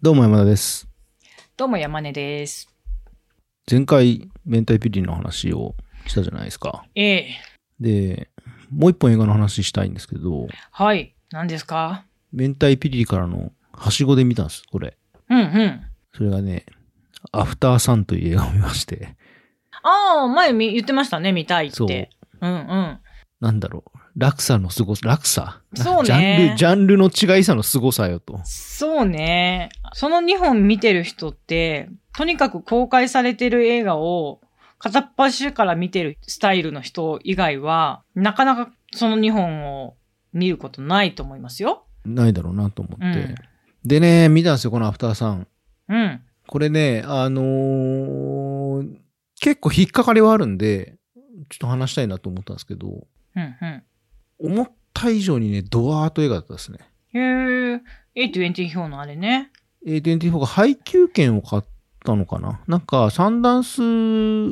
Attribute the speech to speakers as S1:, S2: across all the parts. S1: どうも山田です。
S2: どうも山根です。
S1: 前回、明太ピリの話をしたじゃないですか。
S2: ええ、
S1: で、もう一本映画の話したいんですけど、
S2: はい、何ですか
S1: 明太ピリからのはしごで見たんです、これ。
S2: うんうん。
S1: それがね、アフターサンという映画を見まして、
S2: ああ、前み言ってましたね、見たいっ
S1: そう
S2: て。うんうん。
S1: なんだろう、落差の凄さ、落差
S2: そうね
S1: ジャンル、ジャンルの違いさの凄さよと。
S2: そうね。その2本見てる人って、とにかく公開されてる映画を片っ端から見てるスタイルの人以外は、なかなかその2本を見ることないと思いますよ。
S1: ないだろうなと思って。
S2: うん
S1: でね、見たんですよ、このアフターサン。
S2: うん。
S1: これね、あのー結構引っかかりはあるんで、ちょっと話したいなと思ったんですけど、
S2: うんうん。
S1: 思った以上にね、ドアート映画だったですね。
S2: へえ、A20 表のあれね。
S1: A24 が配給券を買ったのかななんか、サンダンス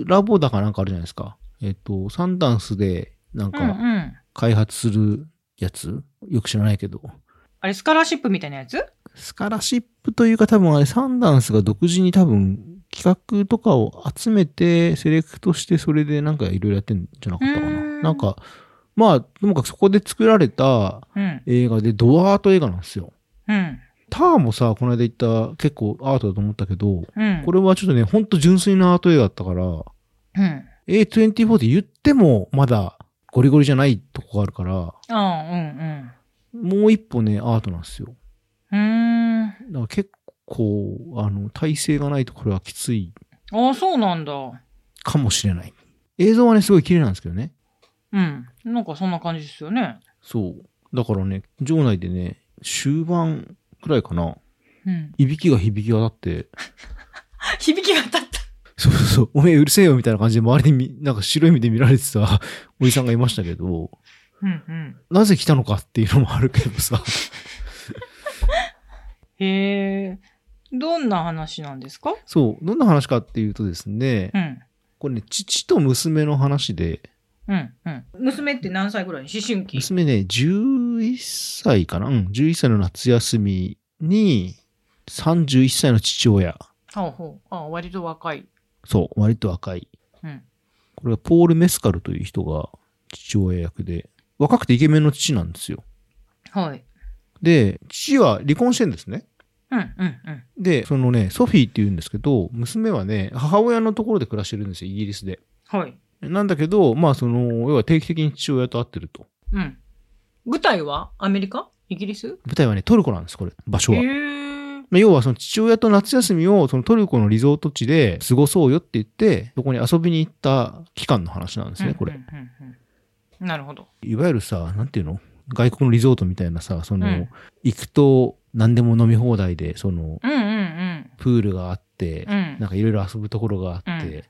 S1: ラボだかなんかあるじゃないですか。えっ、と、サンダンスで、なん
S2: うんう
S1: か、
S2: ん。
S1: 開発するやつ、よく知らないけど。
S2: あれ、スカラーシップみたいなやつ
S1: スカラシップというか多分あれサンダンスが独自に多分企画とかを集めてセレクトしてそれでなんかいろいろやってんじゃなかったか
S2: う
S1: な。
S2: ん
S1: なんか、まあ、ともかくそこで作られた
S2: うん。
S1: 映画でドアート映画なんですよ。
S2: うん。
S1: ターもさ、この間言った結構アートだと思ったけど、
S2: うん。
S1: これはちょっとね、ほんと純粋なアート映画だったから、
S2: うん。
S1: A24 で言ってもまだゴリゴリじゃないとこがあるから、
S2: ああ、うん
S1: もう一歩ね、アートなんですよ。
S2: うん。うーん。
S1: だから結構、あの、体勢がないとこれはきつい
S2: ああ、そうなんだ。う
S1: かもしれない。映像はね、すごい綺麗なんですけどね。
S2: ん。なんかそんな感じですよね。
S1: そう。だからね、場内でね、終盤くらいかな、
S2: うん。
S1: いびきが響き渡って、
S2: 響きが立っ
S1: そうそうそう、おめえうるせえよみたいな感じで周りにみなんか白い目で見られてたおじさんがいましたけど、
S2: た。うんうん。
S1: なぜ来たのかっていうのもあるけど さ、
S2: へえ。どんな話なんですか
S1: そう、どんな話かっていうとですね
S2: う、ん。
S1: これね、父と娘の話で、
S2: うん。うん。娘って何歳ぐらい思春期。
S1: 娘ね、11歳かなうん、11歳の夏休みに、31歳の父親。
S2: ほうほう。ああ、割と若い。
S1: そう、割と若い。
S2: うん。
S1: これはポール・メスカルという人が父親役で、若くてイケメンの父なんですよ。
S2: はい。
S1: で、父は離婚してんですね。
S2: うんうんうん。
S1: で、そのね、ソフィーって言うんですけど、娘はね、母親のところで暮らしてるんですよ、イギリスで。
S2: はい。
S1: なんだけど、まあその、要は定期的に父親と会ってると。
S2: うん。舞台はアメリカイギリス
S1: 舞台はね、トルコなんです、これ、場所
S2: へ
S1: は。
S2: え。
S1: まあ要はその父親と夏休みをそのトルコのリゾート地で過ごそうよって言って、そこに遊びに行った期間の話なんですね、これ
S2: うん。うんうんうん。なるほど。
S1: いわゆるさ、なんていうの外国のリゾートみたいなさ、その、
S2: うん
S1: 行くと何でも飲み放題で、その、
S2: うんうんうん。
S1: プールがあって、
S2: うん
S1: なんかいろいろ遊ぶところがあって、
S2: うん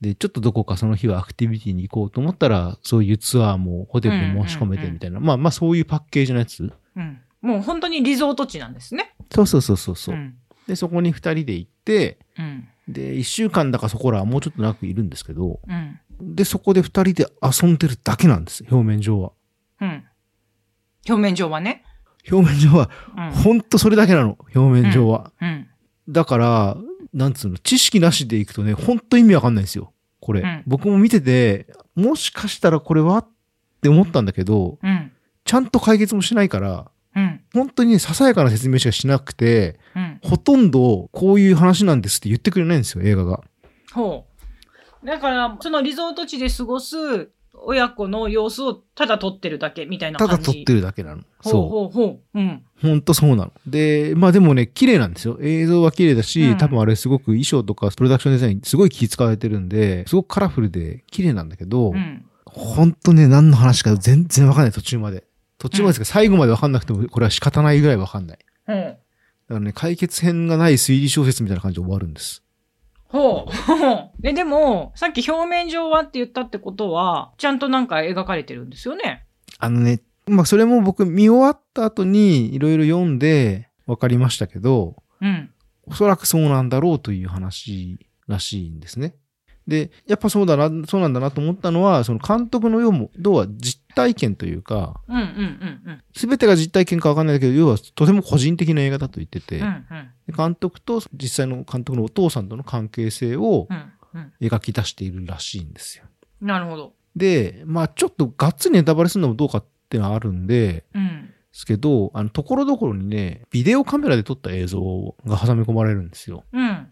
S1: で、ちょっとどこかその日はアクティビティに行こうと思ったら、そういうツアーもホテルに申し込めてみたいな、まあまあそういうパッケージのやつ。
S2: うん。もう本当にリゾート地なんですね。
S1: そうそうそうそうそう、
S2: ん。
S1: で、そこに二人で行って、
S2: うん。
S1: で、一週間だかそこらはもうちょっとなくいるんですけど、
S2: うん。
S1: で、そこで二人で遊んでるだけなんです、表面上は。
S2: うん。表面上はね。
S1: 表面上は、
S2: うん。
S1: ほんとそれだけなの、表面上は。
S2: うん。
S1: だから、なんつうの、知識なしでいくとね、ほんと意味わかんないんですよ。これ。
S2: うん
S1: 僕も見てて、もしかしたらこれはって思ったんだけど、
S2: うん。
S1: ちゃんと解決もしないから、
S2: うん。
S1: 本当にね、ささやかな説明しかしなくて、
S2: うん。
S1: ほとんどこういう話なんですって言ってくれないんですよ、映画が。
S2: ほう。だから、そのリゾート地で過ごす親子の様子をただ撮ってるだけみたいな
S1: た
S2: 感
S1: だ
S2: じ。
S1: 撮って
S2: る。
S1: るだけなの。
S2: ほう
S1: そ
S2: ほうほう。うん。
S1: う。ほんとそうなの。で、まあでもね、綺麗なんですよ。映像は綺麗だし、
S2: うん
S1: 多分あれすごく衣装とかプロダクションデザインすごい気使われてるんで、すごくカラフルで綺麗なんだけど、
S2: うん。
S1: ほんとね、何の話か全然わかんない、途中まで。途中までですか、最後までわかんなくても、これは仕方ないぐらいわかんない。
S2: ほう。
S1: だからね、解決編がない推理小説みたいな感じで終わるんです。
S2: ほう。ほう。え、でも、さっき表面上はって言ったってことは、ちゃんとなんか描かれてるんですよね。
S1: あのね、まあ、それも僕見終わった後にいろいろ読んでわかりましたけど、
S2: うん。
S1: おそらくそうなんだろうという話らしいんですね。で、やっぱそうだな、そうなんだなと思ったのは、その監督の要も、どうは実体験というか、
S2: うんうんうん
S1: すべてが実体験かわかんないけど、要はとても個人的な映画だと言ってて、
S2: うん。うんうん
S1: で監督と実際の監督のお父さんとの関係性を
S2: うんうん。
S1: 描き出しているらしいんですよ。
S2: なるほど。
S1: で、まあちょっとがっつりネタバレするのもどうかってのはあるんで、
S2: うん。
S1: ですけど、あの、ところどころにね、ビデオカメラで撮った映像が挟み込まれるんですよ。
S2: うん。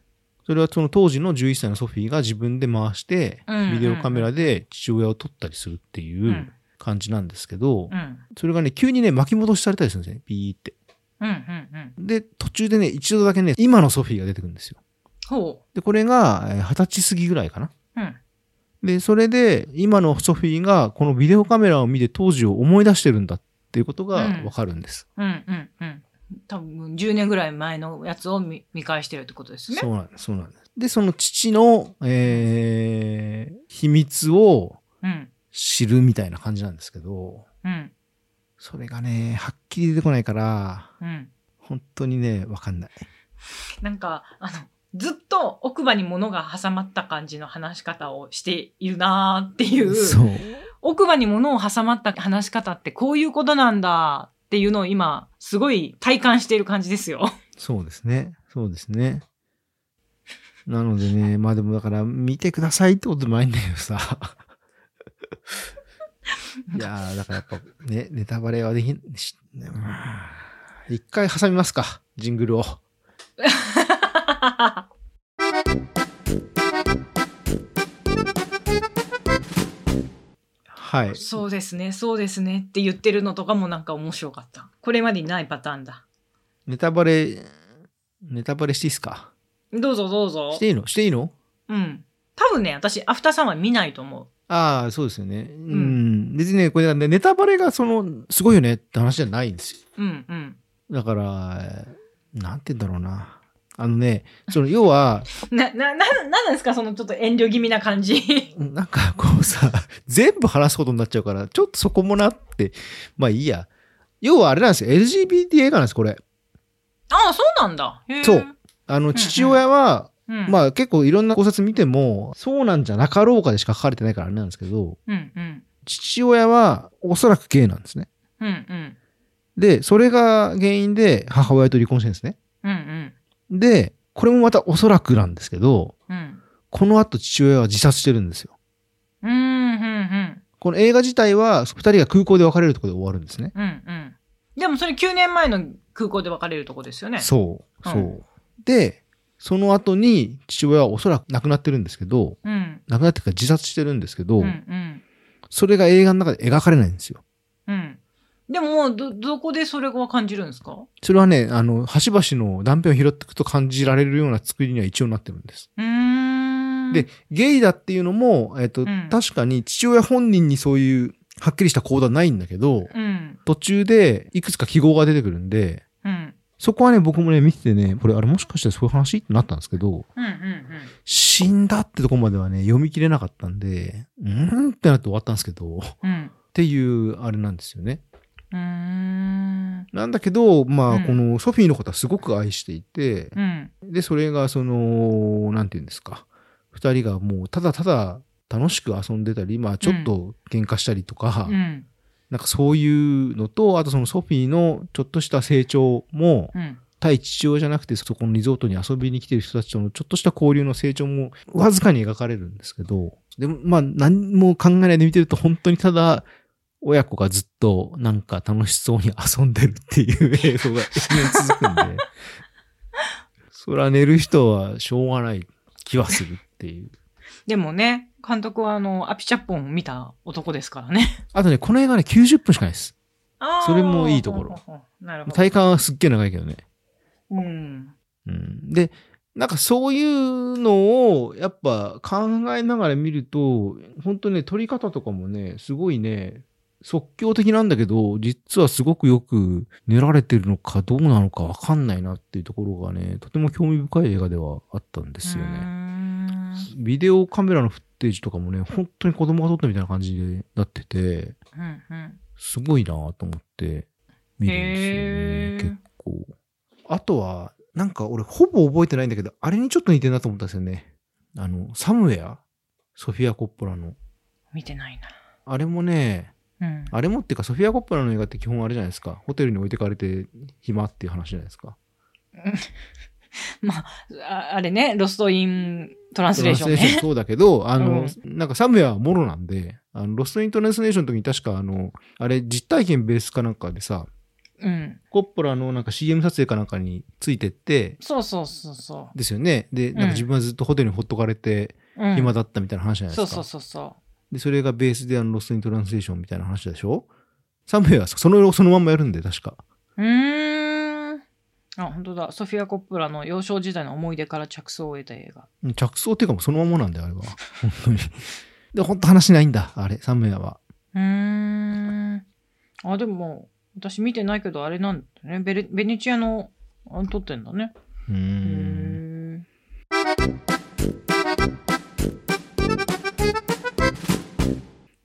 S1: それはその当時の11歳のソフィーが自分で回して
S2: うんうん、。
S1: ビデオカメラで父親を撮ったりするっていううん感じなんですけど
S2: う、ん。
S1: それがね、急にね、巻き戻しされたりするんですね。ビーって。
S2: うん。うん。
S1: で、途中でね、一度だけね、今のソフィーが出てくるんですよ。
S2: ほ
S1: で、これが、えー二十歳過ぎぐらいかな。
S2: う。うん。
S1: で、それで、今のソフィーが、このビデオカメラを見て当時を思い出してるんだっていうことがわかるんです。
S2: うん。うん。うん。多分10年ぐらい前のやつを見見返してるってことですね。
S1: そうなんです。そうなんです。で、その父の、えー、秘密を
S2: うん。
S1: 知るみたいな感じなんですけど、
S2: うん。
S1: それがね、はっきり出てこないから、
S2: うん。
S1: 本当にね、わかんない。
S2: なんか、あの、ずっと奥歯に物が挟まった感じの話し方をしているなーっていう。
S1: そう。
S2: 奥歯に物を挟まった話し方ってこういうことなんだっていうのを今、すごい体感している感じで すよ。
S1: そうですね。そうですね。なのでね、まあでもだから、見てくださいってことでもないんだけどさ。いやー、だからやっぱね、ネタバレはできんし、ねうん一回挟みますか、ジングルを。はい。
S2: そうですね、そうですねって言ってるのとかもなんか面白かった。これまでにないパターンだ。
S1: ネタバレ、ネタバレしていいっすか
S2: どうぞどうぞ。
S1: していいのしていいの
S2: うん。多分ね、私、アフターさんは見ないと思う。
S1: ああ、そうですよね。うん。別にね、これね、ネタバレがその、すごいよねって話じゃないんですよ。
S2: うんうん。
S1: だから、えーなんて言うんだろうな。あのね、その、要は、
S2: な、な、な、なんなんですかそのちょっと遠慮気味な感 じ。
S1: なんかこうさ、全部話すことになっちゃうから、ちょっとそこもなって、まあいいや。要はあれなんですよ。LGBT 映画なんです、これ。
S2: ああ、そうなんだ。へー
S1: そう。あの、
S2: ん
S1: 父親は、
S2: うん。
S1: まあ結構いろんな考察見ても、そうなんじゃなかろうかでしか書かれてないからあれなんですけど、
S2: うんうん。
S1: 父親はおそらくゲイなんですね。
S2: うんうん。
S1: で、それが原因で母親と離婚してるんですね。
S2: うんうん。
S1: で、これもまたおそらくなんですけど、
S2: うん。
S1: この後父親は自殺してるんですよ。
S2: うんうんうん。
S1: この映画自体は、二人が空港で別れるところで終わるんですね。
S2: うんうん。でもそれ9年前の空港で別れるとこですよね。
S1: そう、
S2: うん
S1: そう。で、その後に父親はおそらく亡くなってるんですけど、
S2: う。ん。
S1: 亡くなってから自殺してるんですけど、
S2: うんうん。
S1: それが映画の中で描かれないんですよ。
S2: うん。でも、ど、どこでそれを感じるんですか
S1: それはね、あの、端々の断片を拾っていくと感じられるような作りには一応なってるんです。
S2: うーん。
S1: で、ゲイだっていうのも、えっ、と、
S2: ん
S1: 確かに父親本人にそういう、はっきりした行動はないんだけど、
S2: うん。
S1: 途中でいくつか記号が出てくるんで、
S2: うん。
S1: そこはね、僕もね、見ててね、これ、あれもしかしてそういう話ってなったんですけど、
S2: うん。うん。
S1: 死んだってとこまではね、読み切れなかったんで、うーんってなって終わったんですけど、っ
S2: うん。
S1: ていう、あれなんですよね。
S2: うん。う
S1: なんだけど、まあ、
S2: うん
S1: このソフィーのことはすごく愛していて、
S2: ーん。うん。
S1: で、それが、その、なんていうんですか、二人がもう、ただただ楽しく遊んでたり、まあ、ちょっと喧嘩したりとか、
S2: うん。
S1: なんかそういうのと、あとそのソフィーのちょっとした成長も、
S2: うん。
S1: 対父親じゃなくて、そこのリゾートに遊びに来てる人たちとのちょっとした交流の成長もわずかに描かれるんですけど、でも、まあ、何も考えないで見てると、本当にただ、親子がずっとなんか楽しそうに遊んでるっていう映像が 延々続くんで、そら寝る人はしょうがない気はするっていう。
S2: でもね、監督はあの、アピチャッポンを見た男ですからね。
S1: あとね、この映画ね、90分しかないです。
S2: あー
S1: それもいいところ
S2: ほうほうほうなるほど。
S1: 体感はすっげえ長いけどね。
S2: うん。
S1: うんで、なんかそういうのをやっぱ考えながら見ると、本当ね、撮り方とかもね、すごいね、即興的なんだけど、実はすごくよく練られてるのかどうなのかわかんないなっていうところがね、とても興味深い映画ではあったんですよ
S2: うー
S1: ね。
S2: ん
S1: ビデオカメラのフッテージとかもね、本当に子供が撮ったみたいな感じになってて、
S2: うん。うん。
S1: すごいなと思って見るんですよね、
S2: へー
S1: 結構。あとは、なんか俺ほぼ覚えてないんだけど、あれにちょっと似てるなと思ったんですよね。あの、サムウェアソフィア・コッポラの。
S2: 見てないな。
S1: あれもね、
S2: うん。
S1: あれもっていうか、ソフィア・コッポラの映画って基本あれじゃないですか。ホテルに置いてかれて暇っていう話じゃないですか。
S2: ああれね、ロストイントランスレーション
S1: トランスレー
S2: ね。
S1: そうだけ ど、あの、
S2: う
S1: なんかサムヤはもろなんで、あのロストイントランスレーションの時に確かあの、あれ実体験ベースかなんかでさ、
S2: うん。
S1: コッポラのなんか CM 撮影かなんかについてって、
S2: そうそうそうそ
S1: ですよね。で、なんか自分はずっとホテルにほっとかれて
S2: う。うん、
S1: 暇だったみたいな話じゃないですか。
S2: そうそうそうそ
S1: で、それがベースであのロストイントランスレーションみたいな話でしょサムヤはその、そのまんまやるんで、確か。
S2: う。うーん。あ、本当だ。ソフィア・コップラの幼少時代の思い出から着想を得た映画。
S1: うん着想っていうかもうそのままなんだよ、 あれは。本当に。で、本当話ないんだ、あれ、サムヤは。
S2: うーん。あ、でも、私見てないけど、あれなんだね。ベレベネチアの、あ撮ってんだね。
S1: うー
S2: へ
S1: ん。
S2: ー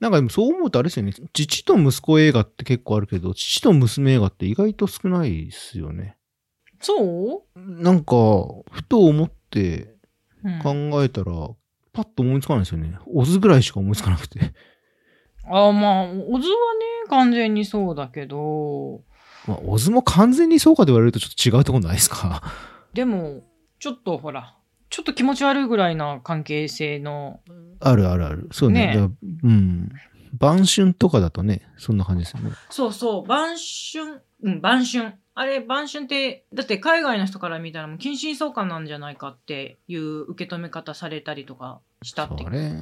S1: なんかでもそう思うとあれですよね。父と息子映画って結構あるけど、父と娘映画って意外と少ないですよね。
S2: そう、
S1: なんか、ふと思って
S2: うん
S1: 考えたら、パッと思いつかないですよね。オズぐらいしか思いつかなくて。
S2: あまあ、オズはね、完全にそうだけど、
S1: まあ、オズも完全にそうかと言われるとちょっと違うところないですか。
S2: でも、ちょっとほら、ちょっと気持ち悪いぐらいな関係性の、
S1: あるあるある。そうね。
S2: ね
S1: だ
S2: え
S1: からうん。晩春とかだとね、そんな感じですよね。
S2: そうそう、晩春、うん、晩春。あれ、晩春って、だって海外の人から見たらもう近親相関なんじゃないかっていう受け止め方されたりとかしたってい。
S1: そうれ、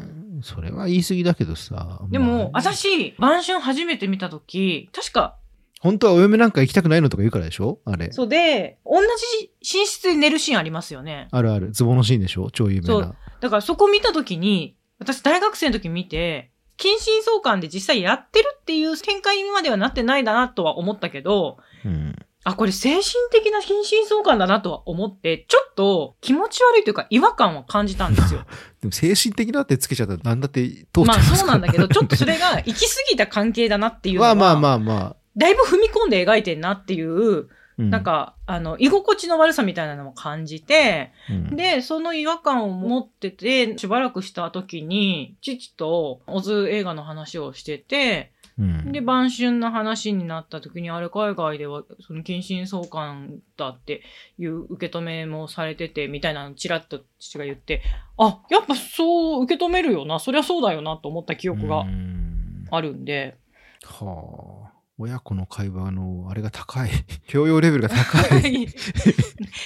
S1: それは言い過ぎだけどさ。
S2: でも、
S1: まあ
S2: 私、晩春初めて見たとき、確か、
S1: 本当はお嫁なんか行きたくないのとか言うからでしょあれ。
S2: そうで、同じ寝室で寝るシーンありますよね。
S1: あるある。ズボンのシーンでしょ超有名
S2: そ
S1: な
S2: う。だからそこ見たときに、私大学生の時見て、近親相関で実際やってるっていう展開にまではなってないだなとは思ったけど、
S1: うん。
S2: あ、これ精神的な近親相関だなとは思って、ちょっと気持ち悪いというか違和感を感じたんで すよ。
S1: でも精神的なってつけちゃったらなんだって通っちゃい
S2: まあ
S1: ます
S2: そう
S1: から
S2: なん だけど、ちょっとそれが行き過ぎた関係だなっていうの
S1: ま
S2: は、
S1: あ まあまあまあ。
S2: だいぶ踏み込んで描いてんなっていう、
S1: う
S2: なん、か、あの、居心地の悪さみたいなのも感じて、
S1: うん、
S2: で、その違和感を持ってて、しばらくした時に、父とオズ映画の話をしてて、
S1: うん
S2: で、晩春の話になった時に、あれ海外では、その近親相関だっていう受け止めもされてて、みたいなのをちらっと父が言って、あ、やっぱそう受け止めるよな、そりゃそうだよなと思った記憶
S1: う
S2: が
S1: ん
S2: あるんで、
S1: はあ。親子の会話の、あれが高い。 教養レベルが高い。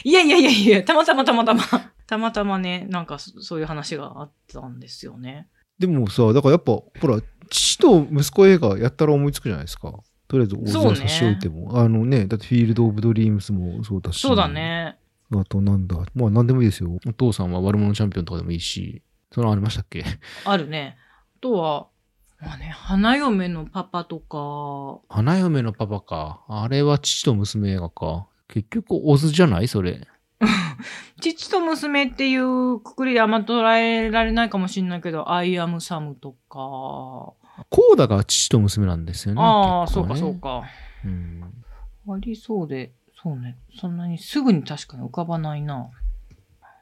S2: いやいやいやいや、たまたまたまたま、たまたまね、なんかそそういう話があったんですよね。
S1: でもさ、だからやっぱ、ほら、父と息子映画やったら思いつくじゃないですか。とりあえず、お
S2: そうね
S1: 差し置いても。あのね、だってフィールド・オブ・ドリームスもそうだし。
S2: そうだ。ね。
S1: あとなんだ。まあ何でもいいですよ。お父さんは悪者チャンピオンとかでもいいし。そのありましたっ け
S2: あるね。あとは、まあね、花嫁のパパとか、
S1: 花嫁のパパか。あれは父と娘映画か。結局、オズじゃないそれ。
S2: 父と娘っていうくくりであんま捉えられないかもしれないけど、アイアムサムとか、
S1: コーダが父と娘なんですよね。
S2: ああ、
S1: 結
S2: そ
S1: 構ね
S2: うかそう。か。
S1: うん
S2: ありそうで、そうね。そんなにすぐに確かに浮かばないな。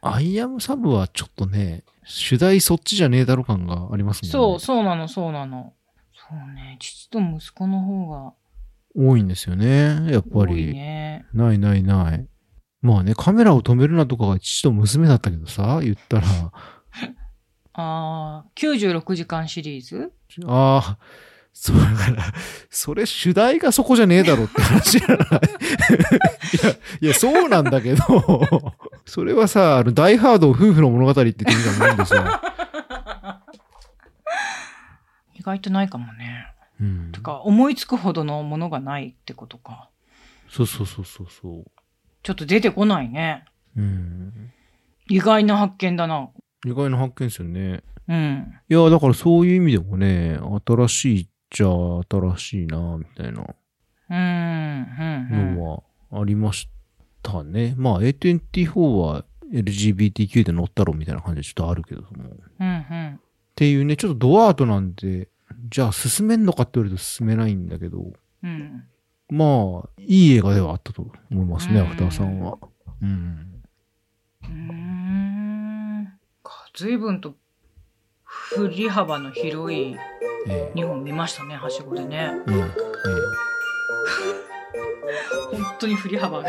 S1: アイアムサブはちょっとね、主題そっちじゃねえだろ感がありますもんね。
S2: そう、そうなの、そうなの。そうね、父と息子の方が
S1: 多いんですよね。やっぱ
S2: 多
S1: り。
S2: いね。
S1: ないないない。まあね、カメラを止めるなとかが父と娘だったけどさ、言ったら、
S2: ああ、96時間シリーズ
S1: ああ、そうだから、それ主題がそこじゃねえだろって話じゃない いや、いや、そうなんだけど、それはさ、あの、ダイハード夫婦の物語って言ってみたもんでさ、
S2: 意外とないかもね。
S1: うん
S2: と。か、思いつくほどのものがないってことか。
S1: そうそうそうそうそ
S2: ちょっと出てこないね。
S1: う。うん。
S2: 意外な発見だな。
S1: 意外な発見ですよね。
S2: うん。
S1: いや、だからそういう意味でもね、新しいっちゃ新しいな、みたいな
S2: うん、うん、うん。
S1: のはありましたね。まあ A24 は LGBTQ で乗ったろみたいな感じでちょっとあるけども。っ
S2: うん、うん。
S1: ていうね、ちょっとドアートなんで、じゃあ進めんのかって言われると進めないんだけど、
S2: うん。
S1: まあ、いい映画ではあったと思いますね、
S2: う
S1: ア
S2: ん
S1: フターさんは。うん。
S2: うーん。か随分と、振り幅の広い
S1: ええ
S2: 2本見ましたね、はしごでね。
S1: えええ
S2: 本当に振り幅が。